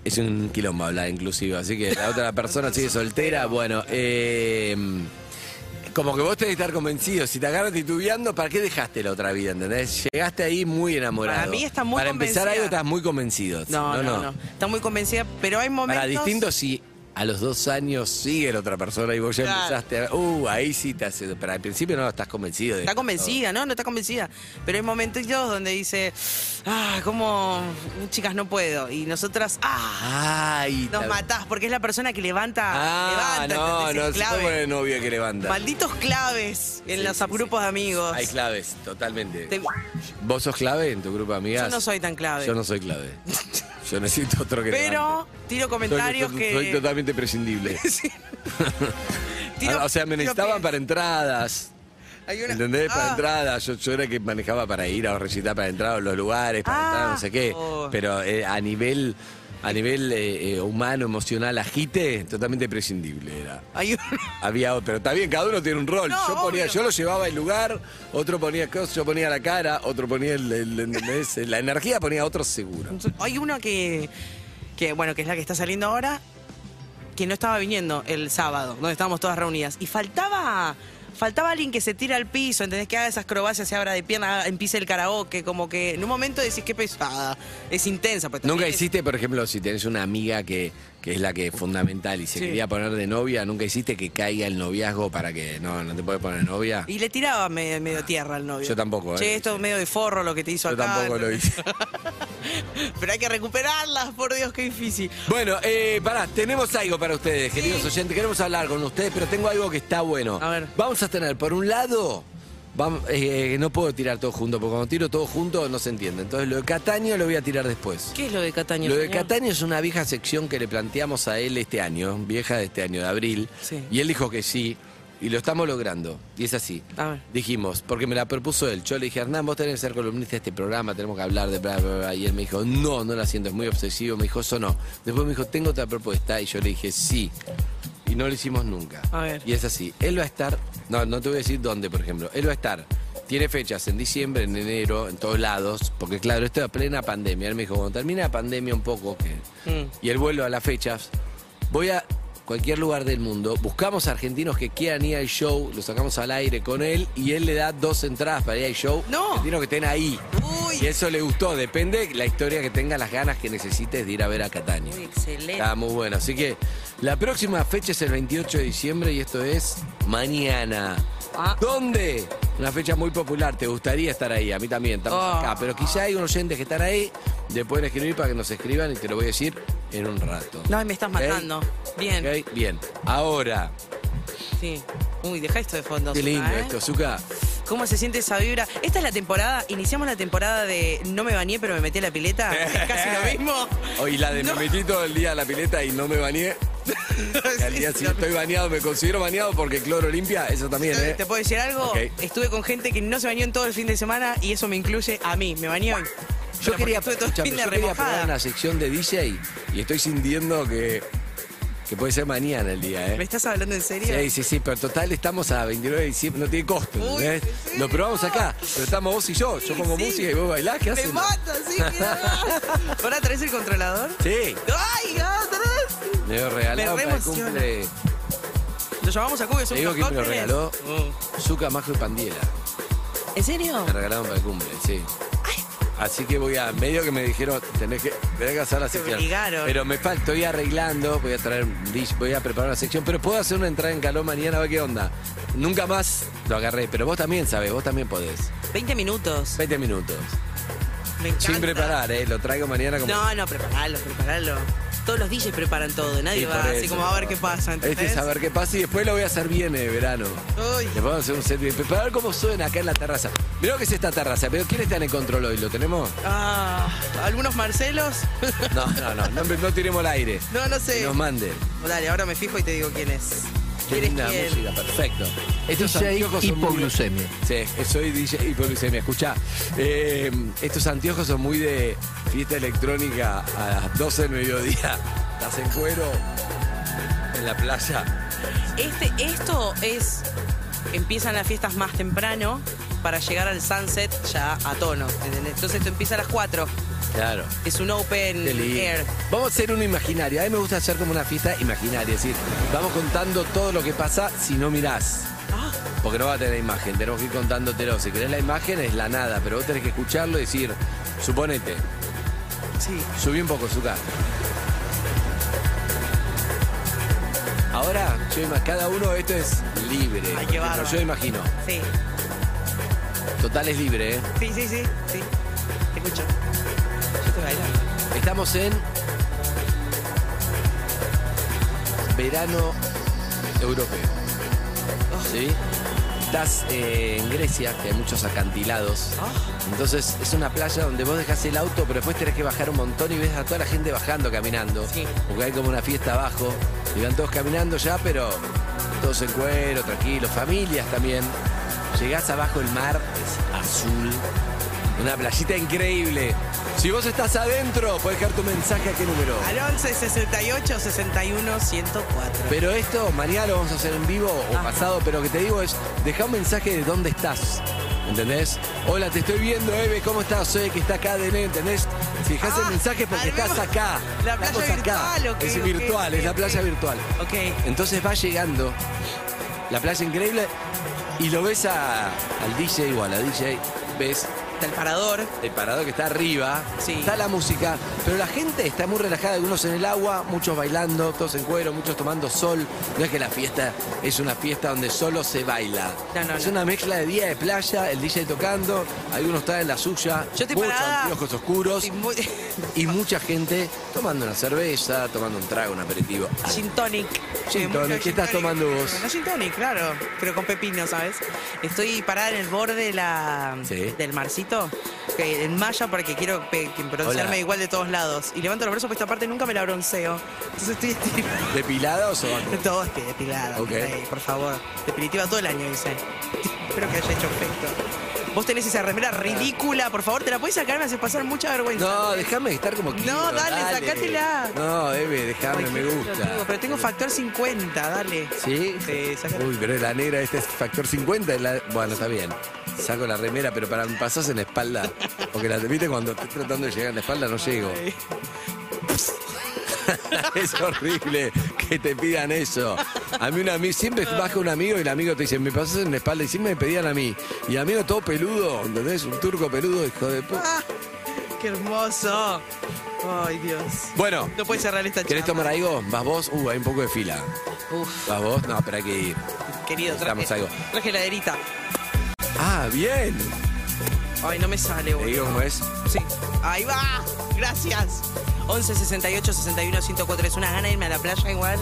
Speaker 7: es un quilombo hablar inclusive. Así que la otra persona sigue soltera, bueno, eh, como que vos tenés que estar convencido. Si te agarras titubeando, ¿para qué dejaste la otra vida, entendés? Llegaste ahí muy enamorado.
Speaker 8: Para mí está muy
Speaker 7: Para empezar
Speaker 8: convencida.
Speaker 7: algo estás muy convencido.
Speaker 8: No, no, no, Está muy convencida, pero hay momentos.
Speaker 7: Para distinto si a los dos años sigue la otra persona y vos ya
Speaker 8: Claro.
Speaker 7: empezaste a... Uh, ahí sí te hace... Pero al principio no estás convencido. De
Speaker 8: Está convencida, no, no está convencida. Pero hay momentos donde dice, ah, como, chicas, no puedo. Y nosotras, ah,
Speaker 7: Ay,
Speaker 8: nos
Speaker 7: tal-
Speaker 8: matás, porque es la persona que levanta,
Speaker 7: Ah,
Speaker 8: levanta,
Speaker 7: no,
Speaker 8: ¿entendés?
Speaker 7: no,
Speaker 8: Es
Speaker 7: se puede
Speaker 8: clave.
Speaker 7: poner novio que levanta.
Speaker 8: Malditos claves en
Speaker 7: Sí,
Speaker 8: los
Speaker 7: sí,
Speaker 8: grupos de amigos.
Speaker 7: Hay claves, totalmente.
Speaker 8: Te-
Speaker 7: ¿Vos sos clave en tu grupo de amigas?
Speaker 8: Yo no soy tan clave.
Speaker 7: Yo no soy clave. Yo necesito otro que
Speaker 8: pero tiro
Speaker 7: levante. Soy-
Speaker 8: comentarios
Speaker 7: soy,
Speaker 8: que.
Speaker 7: soy totalmente prescindible. Ah,
Speaker 8: Tiro-
Speaker 7: o sea, me
Speaker 8: tiro
Speaker 7: necesitaban para entradas.
Speaker 8: Hay una-
Speaker 7: ¿Entendés? Para
Speaker 8: Ah.
Speaker 7: entradas. Yo, yo era que manejaba para ir a recitar para entrar a los lugares, para
Speaker 8: Ah.
Speaker 7: entrar, no sé qué.
Speaker 8: Oh.
Speaker 7: Pero eh, a nivel, a nivel eh, eh, humano, emocional, agite, totalmente prescindible era.
Speaker 8: Hay un-
Speaker 7: Había otro, pero está bien, cada uno tiene un rol.
Speaker 8: No,
Speaker 7: yo ponía,
Speaker 8: obvio.
Speaker 7: yo lo llevaba el lugar, otro ponía cosas, yo ponía la cara, otro ponía el, el- ¿entendés? la energía, ponía otro seguro.
Speaker 8: Hay uno que, que, bueno, que es la que está saliendo ahora, que no estaba viniendo el sábado, donde estábamos todas reunidas. Y faltaba, faltaba alguien que se tira al piso, ¿entendés? Que haga esas acrobacias, se abra de pierna, haga- empiece el karaoke, como que en un momento decís qué pesada, es intensa. pues también
Speaker 7: Nunca
Speaker 8: es-
Speaker 7: hiciste, por ejemplo, si tenés una amiga que, que es la que es fundamental y se
Speaker 8: Sí.
Speaker 7: quería poner de novia, nunca hiciste que caiga el noviazgo para que no, no te puedes poner de novia.
Speaker 8: Y le tiraba me- medio, tierra al novio.
Speaker 7: Yo tampoco, ¿eh?
Speaker 8: Che, esto es medio de forro lo que te hizo
Speaker 7: Yo
Speaker 8: acá.
Speaker 7: tampoco lo hice.
Speaker 8: Pero hay que recuperarlas, por Dios, qué difícil.
Speaker 7: Bueno, eh, pará, tenemos algo para ustedes, queridos oyentes. Queremos hablar con ustedes, pero tengo algo que está bueno.
Speaker 8: A ver.
Speaker 7: Vamos a tener, por un lado, vam- eh, no puedo tirar todo junto, porque cuando tiro todo junto no se entiende. Entonces, lo de Cataño lo voy a tirar después.
Speaker 8: ¿Qué es lo de Cataño?
Speaker 7: Lo de
Speaker 8: señor?
Speaker 7: Cataño es una vieja sección que le planteamos a él este año, vieja de este año, de abril.
Speaker 8: Sí.
Speaker 7: Y él dijo que sí, y lo estamos logrando. Y es así.
Speaker 8: A ver.
Speaker 7: Dijimos, porque me la propuso él. Yo le dije, Hernán, vos tenés que ser columnista de este programa, tenemos que hablar de bla, bla, bla. Y él me dijo, no, no la siento, es muy obsesivo. Me dijo, eso no. Después me dijo, tengo otra propuesta. Y yo le dije, sí. Y no lo hicimos nunca.
Speaker 8: A ver.
Speaker 7: Y es así. Él va a estar, no, no te voy a decir dónde, por ejemplo. Él va a estar, tiene fechas en diciembre, en enero, en todos lados. Porque claro, esto es plena pandemia. Él me dijo, cuando termina la pandemia un poco, que-
Speaker 8: Mm.
Speaker 7: y él vuelve a las fechas, voy a cualquier lugar del mundo, buscamos argentinos que quieran ir al show, lo sacamos al aire con él y él le da dos entradas para ir al show.
Speaker 8: No.
Speaker 7: Argentinos que estén ahí.
Speaker 8: Uy.
Speaker 7: Y eso le gustó, depende la historia que tenga, las ganas que necesites de ir a ver a Cataño.
Speaker 8: Uy, excelente.
Speaker 7: Está muy bueno. Así que la próxima fecha es el 28 de diciembre y esto es mañana.
Speaker 8: Ah.
Speaker 7: ¿Dónde? Una fecha muy popular. Te gustaría estar ahí. A mí también. Estamos
Speaker 8: Oh.
Speaker 7: acá. Pero quizá hay unos oyentes que están ahí. Le pueden escribir para que nos escriban y te lo voy a decir en un rato.
Speaker 8: No, me estás
Speaker 7: ¿Ok?
Speaker 8: matando. Bien.
Speaker 7: Ok, Bien. Ahora.
Speaker 8: Sí. Uy, deja esto de fondo.
Speaker 7: Qué
Speaker 8: Zucca,
Speaker 7: lindo
Speaker 8: ¿eh?
Speaker 7: esto, Zuka.
Speaker 8: ¿Cómo se siente esa vibra? Esta es la temporada, iniciamos la temporada de No me bañé, pero me metí a la pileta. Es casi lo mismo.
Speaker 7: Hoy la de
Speaker 8: No.
Speaker 7: me metí todo el día a la pileta y no me bañé. Al día si estoy bañado, me considero bañado porque cloro limpia. Eso también, ¿eh?
Speaker 8: ¿Te puedo decir algo?
Speaker 7: Ok.
Speaker 8: Estuve con gente que no se bañó en todo el fin de semana y eso me incluye a mí. Me bañé hoy.
Speaker 7: Yo
Speaker 8: Pero
Speaker 7: quería,
Speaker 8: porque estuve todo el
Speaker 7: escucha,
Speaker 8: fin de
Speaker 7: pero yo quería probar
Speaker 8: remojada.
Speaker 7: una sección de DJ y estoy sintiendo que, que puede ser mañana el día,
Speaker 8: ¿Me
Speaker 7: ¿eh?
Speaker 8: estás hablando en serio?
Speaker 7: Sí, sí, sí, pero total estamos a 29 de diciembre, no tiene costo,
Speaker 8: Uy,
Speaker 7: ¿entendés?
Speaker 8: sí,
Speaker 7: Lo probamos acá, pero estamos vos y yo, yo pongo
Speaker 8: sí.
Speaker 7: música y vos bailás, ¿qué
Speaker 8: Me
Speaker 7: haces?
Speaker 8: mata, sí, qué ¿Ahora traes el controlador?
Speaker 7: Sí,
Speaker 8: ¡Ay, otra vez!
Speaker 7: me lo regaló
Speaker 8: Me re
Speaker 7: para el
Speaker 8: emociona.
Speaker 7: cumple
Speaker 8: Lo llamamos a Cuba y son
Speaker 7: Te digo
Speaker 8: unos
Speaker 7: quién me lo
Speaker 8: cócteles.
Speaker 7: regaló.
Speaker 8: Mm.
Speaker 7: Zuka, Majo y Pandiela.
Speaker 8: ¿En serio?
Speaker 7: Me regalaron para el cumple, sí. Así que voy a, medio que me dijeron, tenés que, tenés que hacer la
Speaker 8: Te
Speaker 7: sección.
Speaker 8: obligaron.
Speaker 7: Pero me falta, estoy arreglando, voy a traer un dish, voy a preparar una sección, pero puedo hacer una entrada en calor mañana, a ver qué onda. Nunca más lo agarré, pero vos también sabés, vos también podés.
Speaker 8: 20 minutos.
Speaker 7: 20 minutos.
Speaker 8: Me encanta.
Speaker 7: Sin preparar, eh, lo traigo mañana como.
Speaker 8: No, no, preparalo, preparalo. todos los DJs preparan todo, nadie
Speaker 7: Y
Speaker 8: va
Speaker 7: por
Speaker 8: así
Speaker 7: eso.
Speaker 8: como a ver qué pasa. ¿entendés?
Speaker 7: Este es a ver qué pasa y después lo voy a hacer bien en verano.
Speaker 8: Uy.
Speaker 7: Le vamos a hacer un set bien. Para ver cómo suena acá en la terraza. Mirá lo que es esta terraza, pero ¿quién está en el control hoy? ¿Lo tenemos?
Speaker 8: Ah, algunos Marcelos.
Speaker 7: No, no, no, no, no tiremos al aire.
Speaker 8: No, no sé.
Speaker 7: Que nos manden.
Speaker 8: Dale, ahora me fijo y te digo quién es.
Speaker 7: Qué
Speaker 8: ¿Quién
Speaker 7: linda
Speaker 8: es quién?
Speaker 7: música, perfecto. Estos
Speaker 11: DJ
Speaker 7: anteojos son muy-
Speaker 11: hipoglucemia.
Speaker 7: Sí, eh, soy DJ hipoglucemia. Escuchá, eh, estos anteojos son muy de fiesta electrónica a las 12 del mediodía. Estás en cuero en la playa.
Speaker 8: Este, esto es. Empiezan las fiestas más temprano para llegar al sunset ya a tono. ¿entendés? Entonces esto empieza a las 4.
Speaker 7: Claro.
Speaker 8: Es un open
Speaker 7: Qué lindo.
Speaker 8: Mm, air.
Speaker 7: Vamos a hacer uno imaginario. A mí me gusta hacer como una fiesta imaginaria. Es decir, vamos contando todo lo que pasa si no mirás.
Speaker 8: Ah,
Speaker 7: Porque no va a tener imagen, tenemos que ir contándotelo. Si querés la imagen es la nada, pero vos tenés que escucharlo y decir, suponete.
Speaker 8: Sí.
Speaker 7: Subí un poco su casa. Ahora, yo ima- cada uno de esto es libre.
Speaker 8: Ay,
Speaker 7: Por
Speaker 8: qué
Speaker 7: ejemplo,
Speaker 8: bárbaro.
Speaker 7: yo imagino.
Speaker 8: Sí,
Speaker 7: Total es libre, ¿eh?
Speaker 8: sí, sí, sí. sí. Te escucho. Yo estoy bailando.
Speaker 7: Estamos en verano europeo.
Speaker 8: Oh.
Speaker 7: ¿Sí? Estás eh, en Grecia, que hay muchos acantilados.
Speaker 8: Oh.
Speaker 7: Entonces es una playa donde vos dejás el auto, pero después tenés que bajar un montón y ves a toda la gente bajando, caminando. Porque hay como una fiesta abajo. Y van todos caminando ya, pero todos en cuero, tranquilos, familias también. Llegás abajo, el mar es azul. Una playita increíble. Si vos estás adentro, podés dejar tu mensaje a qué número.
Speaker 8: Al 11 68 61 104.
Speaker 7: Pero esto mañana lo vamos a hacer en vivo o
Speaker 8: Ah.
Speaker 7: pasado, pero lo que te digo es, deja un mensaje de dónde estás. ¿Entendés? Hola, te estoy viendo, Eve, ¿cómo estás? Soy el que está acá, Dené, ¿entendés? Si dejas el mensaje es porque estás acá.
Speaker 8: Ah, la
Speaker 7: Estamos
Speaker 8: playa
Speaker 7: acá.
Speaker 8: virtual, ok,
Speaker 7: es
Speaker 8: ok,
Speaker 7: virtual,
Speaker 8: ok,
Speaker 7: es la
Speaker 8: ok.
Speaker 7: playa virtual.
Speaker 8: Ok.
Speaker 7: Entonces vas llegando, la playa increíble, y lo ves a- al DJ o a la DJ, ves...
Speaker 8: Está el parador.
Speaker 7: El parador que está arriba, está la música, pero la gente está muy relajada, algunos en el agua, muchos bailando, todos en cuero, muchos tomando sol. No es que la fiesta es una fiesta donde solo se baila.
Speaker 8: No, no,
Speaker 7: es
Speaker 8: no.
Speaker 7: una mezcla de día de playa, el DJ tocando, algunos están en la suya,
Speaker 8: Yo estoy
Speaker 7: muchos
Speaker 8: parada.
Speaker 7: anteojos oscuros y mucha gente tomando una cerveza, tomando un trago, un aperitivo.
Speaker 8: Gin tonic.
Speaker 7: Gin
Speaker 8: Eh,
Speaker 7: tonic.
Speaker 8: mucho
Speaker 7: ¿Qué estás
Speaker 8: tonic.
Speaker 7: tomando vos?
Speaker 8: No, gin tonic, claro. Pero con pepino, ¿sabes? Estoy parada en el borde de la, del marcito. que- En malla porque quiero pe- que broncearme
Speaker 7: Hola.
Speaker 8: igual de todos lados. Y levanto los brazos porque esta parte nunca me la bronceo. Entonces estoy estirada.
Speaker 7: ¿Depilada o
Speaker 8: De todo estoy depilada.
Speaker 7: Ok.
Speaker 8: Ay, por favor. Definitiva todo el año, dice. Espero que haya hecho efecto. Vos tenés esa remera ridícula, por favor, te la podés sacar, me haces pasar mucha vergüenza.
Speaker 7: No, déjame estar como quiero.
Speaker 8: No, dale, sacátela.
Speaker 7: No, Eve, déjame, me
Speaker 8: Pero,
Speaker 7: gusta.
Speaker 8: tengo factor 50, dale.
Speaker 7: ¿Sí? Uy, pero la negra, este es factor 50. es la- Bueno, está bien. Saco la remera, pero para me pasás en la espalda. Porque la viste cuando estoy tratando de llegar en la espalda, no llego. es horrible que te pidan eso. A mí, una, siempre baja un amigo y el amigo te dice, me pasas en la espalda. Y siempre me pedían a mí. Y amigo todo peludo, ¿entendés? Un turco peludo, hijo de puta.
Speaker 8: Ah, ¡Qué hermoso! ¡Ay, Dios!
Speaker 7: Bueno.
Speaker 8: No puedes cerrar esta
Speaker 7: ¿Querés tomar algo? ¿Vas vos? Uh, hay un poco de fila.
Speaker 8: Uf.
Speaker 7: ¿Vas vos? No, pero hay que ir.
Speaker 8: Querido,
Speaker 7: Necesitamos
Speaker 8: traje,
Speaker 7: algo.
Speaker 8: traje heladerita.
Speaker 7: Ah, bien.
Speaker 8: Ay, no me sale,
Speaker 7: ¿Te digo
Speaker 8: boludo.
Speaker 7: cómo es?
Speaker 8: Sí. Ahí va. Gracias. 11 68 61 104. Es una gana irme a la playa igual.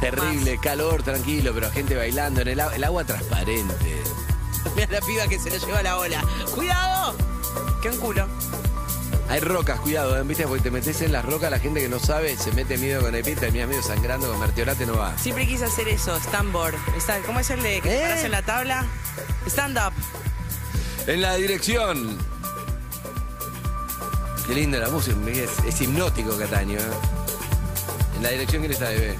Speaker 7: Terrible, calor, tranquilo, pero gente bailando en el, agua- el agua transparente.
Speaker 8: Mira la piba que se la lleva la ola. ¡Cuidado! ¡Qué un culo!
Speaker 7: Hay rocas, cuidado, ¿eh? ¿viste? Porque te metes en las rocas, la gente que no sabe se mete miedo con el pie, terminas medio sangrando con mertiolate, no va.
Speaker 8: Siempre quise hacer eso, standboard. Está- ¿Cómo es el de que te
Speaker 7: ¿Eh?
Speaker 8: parás en la tabla? Stand up.
Speaker 7: En la dirección. Qué linda la música, es, es hipnótico Cataño. ¿eh? En la dirección, ¿quién está, bebé?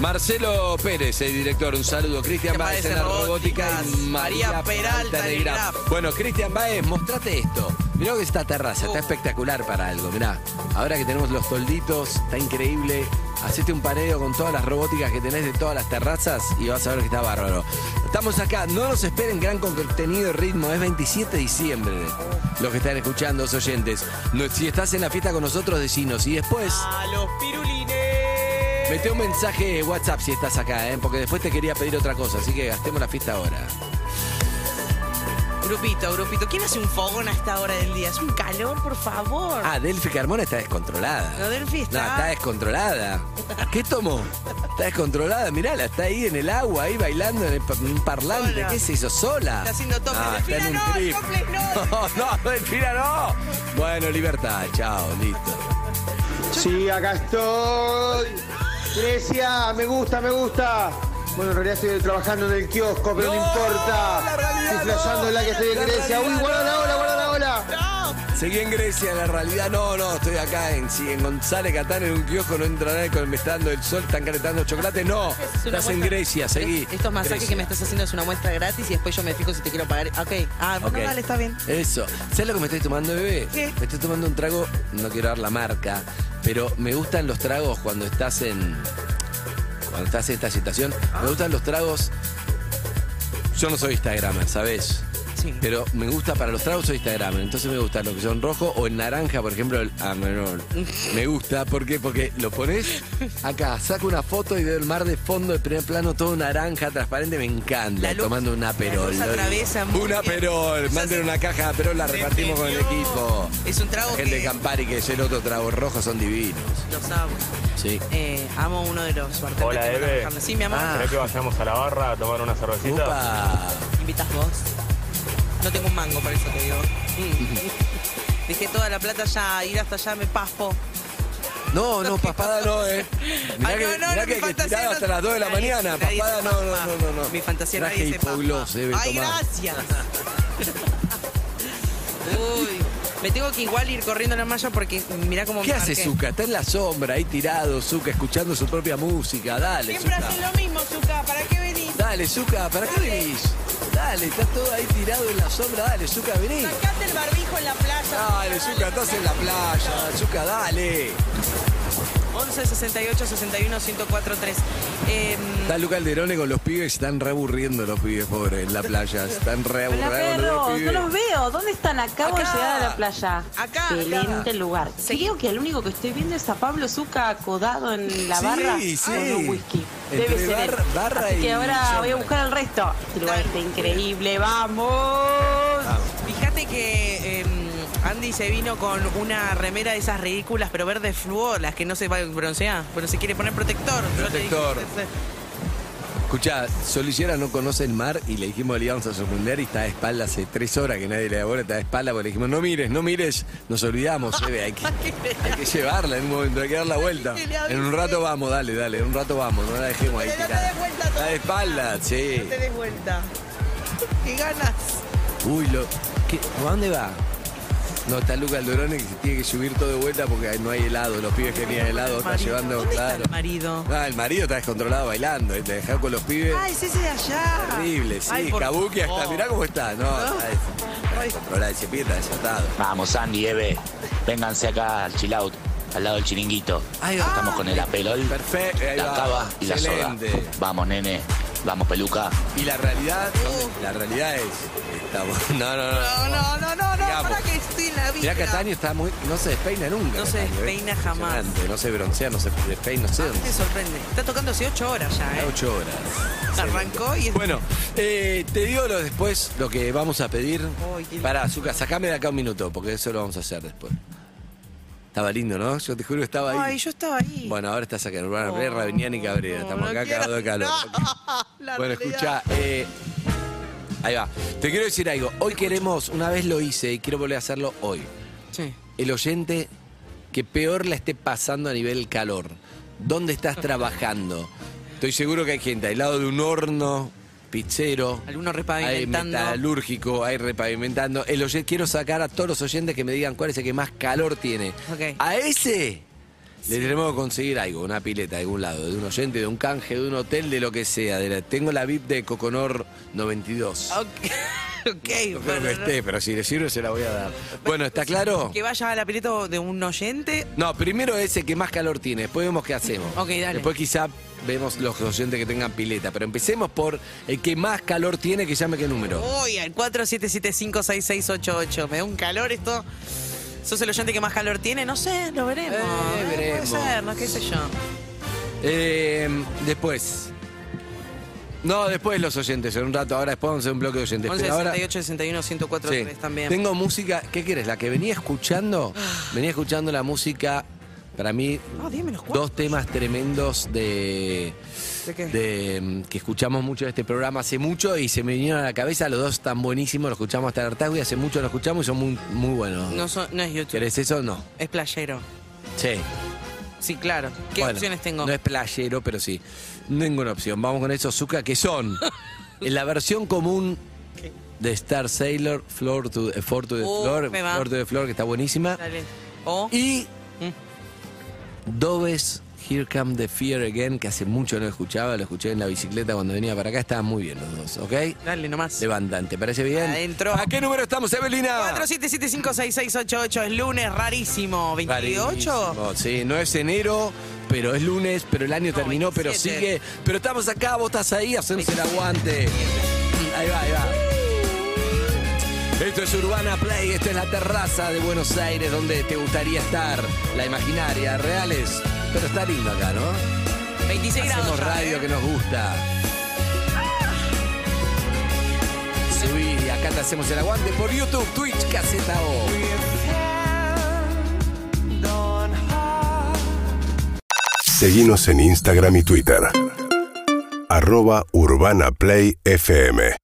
Speaker 7: Marcelo Pérez, el director, un saludo. Cristian Baez en la robótica y María, Peralta en el Graf. Bueno, Cristian Baez, mostrate esto. Mirá lo que es esta terraza, está espectacular para algo, mirá. Ahora que tenemos los tolditos, está increíble. Hacete un pareo con todas las robóticas que tenés de todas las terrazas y vas a ver que está bárbaro. Estamos acá, no nos esperen gran contenido y ritmo, es 27 de diciembre. Los que están escuchando, los oyentes. No, si estás en la fiesta con nosotros, decinos. Y después...
Speaker 8: A los pirulines.
Speaker 7: Mete un mensaje de WhatsApp si estás acá, ¿eh? porque después te quería pedir otra cosa, así que gastemos la fiesta ahora.
Speaker 8: Grupito, grupito. ¿Quién hace un fogón a esta hora del día? Es un calor, por favor.
Speaker 7: Ah, Delphi Carmona está descontrolada.
Speaker 8: No, Delphi
Speaker 7: No,
Speaker 8: está-
Speaker 7: está descontrolada. ¿Qué tomó? Está descontrolada, mirala, está ahí en el agua, ahí bailando en el pa- en un parlante.
Speaker 8: Sola.
Speaker 7: ¿Qué se hizo sola?
Speaker 8: Está haciendo toques.
Speaker 7: Ah, está
Speaker 8: Delfina,
Speaker 7: en un
Speaker 8: no,
Speaker 7: trip.
Speaker 8: soples, no.
Speaker 7: No, no, Delfina, no. Bueno, libertad, chao, listo.
Speaker 11: Sí, acá estoy. Grecia, me gusta, me gusta. Bueno, en realidad estoy trabajando en el kiosco, pero no, importa. estoy flasheando la que estoy en
Speaker 7: La
Speaker 11: Grecia. Uy,
Speaker 7: realidad
Speaker 11: guarda la
Speaker 7: no.
Speaker 11: ola, guarda la ola.
Speaker 7: Seguí en Grecia, la realidad no, no, estoy acá en, sí, en González Catán, en un kiosco, no entra nadie con me está dando el sol, están calentando chocolate, no,
Speaker 8: una
Speaker 7: estás en
Speaker 8: muestra-
Speaker 7: Grecia, seguí.
Speaker 8: Estos masajes que me estás haciendo es una muestra gratis y después yo me fijo si te quiero pagar. Ok. Ah, bueno,
Speaker 7: Ok.
Speaker 8: dale, está bien.
Speaker 7: Eso. ¿Sabes lo que me estoy tomando, bebé?
Speaker 8: ¿Qué?
Speaker 7: Me estoy tomando un trago, no quiero dar la marca, pero me gustan los tragos cuando estás en. Cuando estás en esta situación.
Speaker 8: Ah.
Speaker 7: Me gustan los tragos. Yo no soy Instagramer, ¿sabes?
Speaker 8: Sí.
Speaker 7: Pero me gusta, para los tragos soy Instagramer, entonces me gustan los que son rojo o en naranja, por ejemplo, el Amarol. Me gusta, ¿por qué? Porque lo pones acá, saco una foto y veo el mar de fondo, de primer plano, todo naranja, transparente, me encanta.
Speaker 8: La luz-
Speaker 7: tomando un aperol.
Speaker 8: la luz atraviesa muy
Speaker 7: Un
Speaker 8: bien.
Speaker 7: aperol,
Speaker 8: Eso
Speaker 7: manden
Speaker 8: sí.
Speaker 7: una caja de aperol, la repartimos con el equipo.
Speaker 8: Es un trago
Speaker 7: La gente
Speaker 8: que-
Speaker 7: de Campari que es el otro trago rojo son divinos.
Speaker 8: Los amo.
Speaker 7: Sí.
Speaker 8: Eh, amo uno de los bartenders.
Speaker 10: Hola,
Speaker 8: que
Speaker 10: Eve.
Speaker 8: van trabajando. Sí, mi amor.
Speaker 7: Ah.
Speaker 10: ¿Querés que vayamos a la barra a tomar una cervecita?
Speaker 7: Upa.
Speaker 8: ¿Me invitas vos? No tengo un mango, por eso te digo. Mm. Dejé toda la plata ya, ir hasta allá me paspo.
Speaker 7: No, no, paspada no, eh. Mirá
Speaker 8: Ay,
Speaker 7: que,
Speaker 8: Ah, no, no,
Speaker 7: mirá que
Speaker 8: no, mi
Speaker 7: hay que
Speaker 8: fantasía
Speaker 7: tirar
Speaker 8: no-
Speaker 7: hasta las 2 de la
Speaker 8: nadie-
Speaker 7: mañana.
Speaker 8: nadie se
Speaker 7: Paspada no, no,
Speaker 8: pasma.
Speaker 7: no, no, no.
Speaker 8: Mi fantasía
Speaker 7: Traje
Speaker 8: nadie se pasma.
Speaker 7: hipoglós, eh,
Speaker 8: Ay,
Speaker 7: tomá.
Speaker 8: gracias. Uy, me tengo que igual ir corriendo la malla porque mirá cómo
Speaker 7: ¿Qué
Speaker 8: me
Speaker 7: hace
Speaker 8: marqué.
Speaker 7: Zuka? Está en la sombra, ahí tirado, Zuka, escuchando su propia música. Dale,
Speaker 8: Siempre
Speaker 7: Zuka.
Speaker 8: haces lo mismo, Zuka. ¿Para qué venís?
Speaker 7: Dale, Zuka, ¿para qué
Speaker 8: Dale.
Speaker 7: venís? Dale, estás todo ahí tirado en la sombra. Dale, Zuka, vení.
Speaker 8: Sacate el barbijo en la playa.
Speaker 7: Dale, Zuka, estás en la playa. Zuka, dale.
Speaker 8: 11 68 61 104 3. Em,
Speaker 7: Está Luca Alderone con los pibes, se están reaburriendo los pibes, pobres, en la playa. Se están reaburriendo los pibes.
Speaker 12: veo. ¿Dónde están? Acabo
Speaker 8: Acá.
Speaker 12: de llegar a la playa.
Speaker 8: Acá,
Speaker 12: Excelente
Speaker 8: acá.
Speaker 12: lugar.
Speaker 8: Sí.
Speaker 12: Creo que el único que estoy viendo es a Pablo Zucca acodado en la
Speaker 7: Sí,
Speaker 12: barra
Speaker 7: sí.
Speaker 12: con un whisky.
Speaker 7: Entre
Speaker 12: Debe ser él.
Speaker 7: bar- barra
Speaker 12: Así
Speaker 7: y
Speaker 12: que ahora voy
Speaker 7: sombra.
Speaker 12: a buscar el resto. Este lugar
Speaker 8: Dale.
Speaker 12: está increíble. ¡Vamos!
Speaker 8: Fíjate que eh, Andy se vino con una remera de esas ridículas, pero verde fluor, las que no se va a broncear, pero se quiere poner protector. Yo le dije,
Speaker 7: Protector. Escuchá, Solillera no conoce el mar y le dijimos le íbamos a sorprender y está de espalda hace tres horas que nadie le da bola, está de espalda porque le dijimos no mires, no mires, nos olvidamos, Eve, hay, que, hay que llevarla en un momento, hay que dar la vuelta. En un rato vamos, dale, dale, en un rato vamos, no la dejemos ahí
Speaker 8: Pero no te
Speaker 7: tirada.
Speaker 8: des vuelta,
Speaker 7: Está de
Speaker 8: toma.
Speaker 7: espalda, sí.
Speaker 8: No te des vuelta. ¿Qué ganas?
Speaker 7: Uy, lo, ¿qué? ¿a dónde va? No, está Luca Aldorone que se tiene que subir todo de vuelta porque no hay helado, los pibes que tenían helado, está
Speaker 8: Marido.
Speaker 7: llevando,
Speaker 8: ¿Dónde está
Speaker 7: claro.
Speaker 8: el marido?
Speaker 7: Ah, el marido está descontrolado bailando, ¿eh? te dejó con los pibes.
Speaker 8: Ah, es ese de allá.
Speaker 7: Terrible, sí,
Speaker 8: Ay, por
Speaker 7: Kabuki hasta,
Speaker 8: favor.
Speaker 7: mirá cómo está, no, está des- descontrolada, ese pibe está desatado.
Speaker 13: Vamos, Andy, Eve, vénganse acá al chill out, al lado del chiringuito.
Speaker 7: Ahí va.
Speaker 8: Ah.
Speaker 13: Estamos con el aperol,
Speaker 7: Perfecto, ahí
Speaker 13: la
Speaker 7: va.
Speaker 13: cava y la soda.
Speaker 7: Excelente.
Speaker 13: Vamos, nene, vamos, peluca.
Speaker 7: Y la realidad, la realidad es, estamos, no, no, no.
Speaker 8: Uh. No, no, no, no, no,
Speaker 7: Digamos.
Speaker 8: para que estoy en la vida.
Speaker 7: Mirá, Cataño está muy, no se despeina nunca.
Speaker 8: No se
Speaker 7: Cataño, ¿eh?
Speaker 8: despeina jamás.
Speaker 7: Impresionante, No se broncea, no se despeina, no sé dónde
Speaker 8: Me sorprende. Está tocando hace 8 horas ya,
Speaker 7: A
Speaker 8: ¿eh?
Speaker 7: ocho horas.
Speaker 8: Arrancó y...
Speaker 7: Bueno, eh, te digo lo, después lo que vamos a pedir.
Speaker 8: Ay, qué
Speaker 7: Pará, Zuka, sacame de acá un minuto, porque eso lo vamos a hacer después. Estaba lindo, ¿no? Yo te juro que estaba ahí.
Speaker 8: Ay, yo estaba ahí.
Speaker 7: Bueno, ahora estás acá en Urbana Play, Rabiniani y Cabrera. Estamos
Speaker 8: no
Speaker 7: acá
Speaker 8: quiero-
Speaker 7: cagados de calor.
Speaker 8: No, la
Speaker 7: bueno,
Speaker 8: realidad.
Speaker 7: escucha, ahí va. Te quiero decir algo. Hoy queremos, una vez lo hice y quiero volver a hacerlo hoy.
Speaker 8: Sí.
Speaker 7: El oyente que peor la esté pasando a nivel calor. ¿Dónde estás trabajando? Estoy seguro que hay gente al lado de un horno, pizzero.
Speaker 8: Alguno
Speaker 7: Hay
Speaker 8: repavimentando.
Speaker 7: metalúrgico, hay repavimentando. El oyen- quiero sacar a todos los oyentes que me digan cuál es el que más calor tiene.
Speaker 8: Ok.
Speaker 7: A ese le tenemos que conseguir algo, una pileta de algún lado, de un oyente, de un canje, de un hotel, de lo que sea. de la- tengo la VIP de Coconor 92.
Speaker 8: Ok, ok,
Speaker 7: No creo que
Speaker 8: bueno, no-
Speaker 7: esté, pero si le sirve se la voy a dar. Bueno, ¿está claro?
Speaker 8: Que vaya a la pileta de un oyente.
Speaker 7: No, primero ese que más calor tiene, después vemos qué hacemos.
Speaker 8: Ok, dale.
Speaker 7: Después quizá vemos los oyentes que tengan pileta, pero empecemos por el que más calor tiene, que llame qué número.
Speaker 8: Uy, al 47756688. Me da un calor esto. ¿Sos el oyente que más calor tiene? No sé, lo veremos.
Speaker 7: Eh,
Speaker 8: Eh,
Speaker 7: veremos.
Speaker 8: Puede ser, no qué sé yo.
Speaker 7: Eh, después, Em, No, después los oyentes, en un rato, ahora después vamos a hacer un bloque de oyentes.
Speaker 8: 11
Speaker 7: Pero ahora,
Speaker 8: 68 61 104
Speaker 7: sí.
Speaker 8: también.
Speaker 7: Tengo música, ¿qué quieres? La que venía escuchando, venía escuchando la música, para mí,
Speaker 8: No, dime los cuatro.
Speaker 7: dos temas tremendos de,
Speaker 8: ¿De qué?
Speaker 7: de, mm, que escuchamos mucho de este programa hace mucho y se me vinieron a la cabeza, los dos tan buenísimos, los escuchamos hasta el hartazgo y hace mucho los escuchamos y son muy, muy buenos.
Speaker 8: No, son- no es YouTube,
Speaker 7: ¿Querés eso? No.
Speaker 8: es playero.
Speaker 7: Sí.
Speaker 8: Sí, claro. ¿Qué
Speaker 7: Bueno,
Speaker 8: opciones tengo?
Speaker 7: No es playero, pero sí. Ninguna opción. Vamos con esos Zuka, que son la versión común de Star Sailor, Floor to, eh, Floor to the
Speaker 8: Uh,
Speaker 7: Floor,
Speaker 8: me va.
Speaker 7: Floor to the Floor, que está buenísima.
Speaker 8: Dale. Mm. O.
Speaker 7: Y. Doves, Here Come the Fear Again, que hace mucho no escuchaba, lo escuché en la bicicleta cuando venía para acá, estaban muy bien los dos, ¿ok?
Speaker 8: Dale nomás.
Speaker 7: Levantan, ¿te parece bien?
Speaker 8: Adentro.
Speaker 7: ¿A qué número estamos, Evelina?
Speaker 8: 47756688 es lunes rarísimo. 28.
Speaker 7: Rarísimo, Sí, no es enero, pero es lunes, pero el año terminó, pero sigue. Pero estamos acá, vos estás ahí, hacernos el aguante. Ahí va, ahí va. Esto es Urbana Play, esto es la terraza de Buenos Aires donde te gustaría estar. La imaginaria, reales. Pero está lindo acá, ¿no?
Speaker 8: 26 grados
Speaker 7: Hacemos
Speaker 8: ya,
Speaker 7: radio
Speaker 8: ¿eh?
Speaker 7: que nos gusta. Subí y acá te hacemos el aguante por YouTube, Twitch, Caseta O.
Speaker 8: ¿eh?
Speaker 1: Seguinos en Instagram y Twitter. Arroba Urbana Play FM.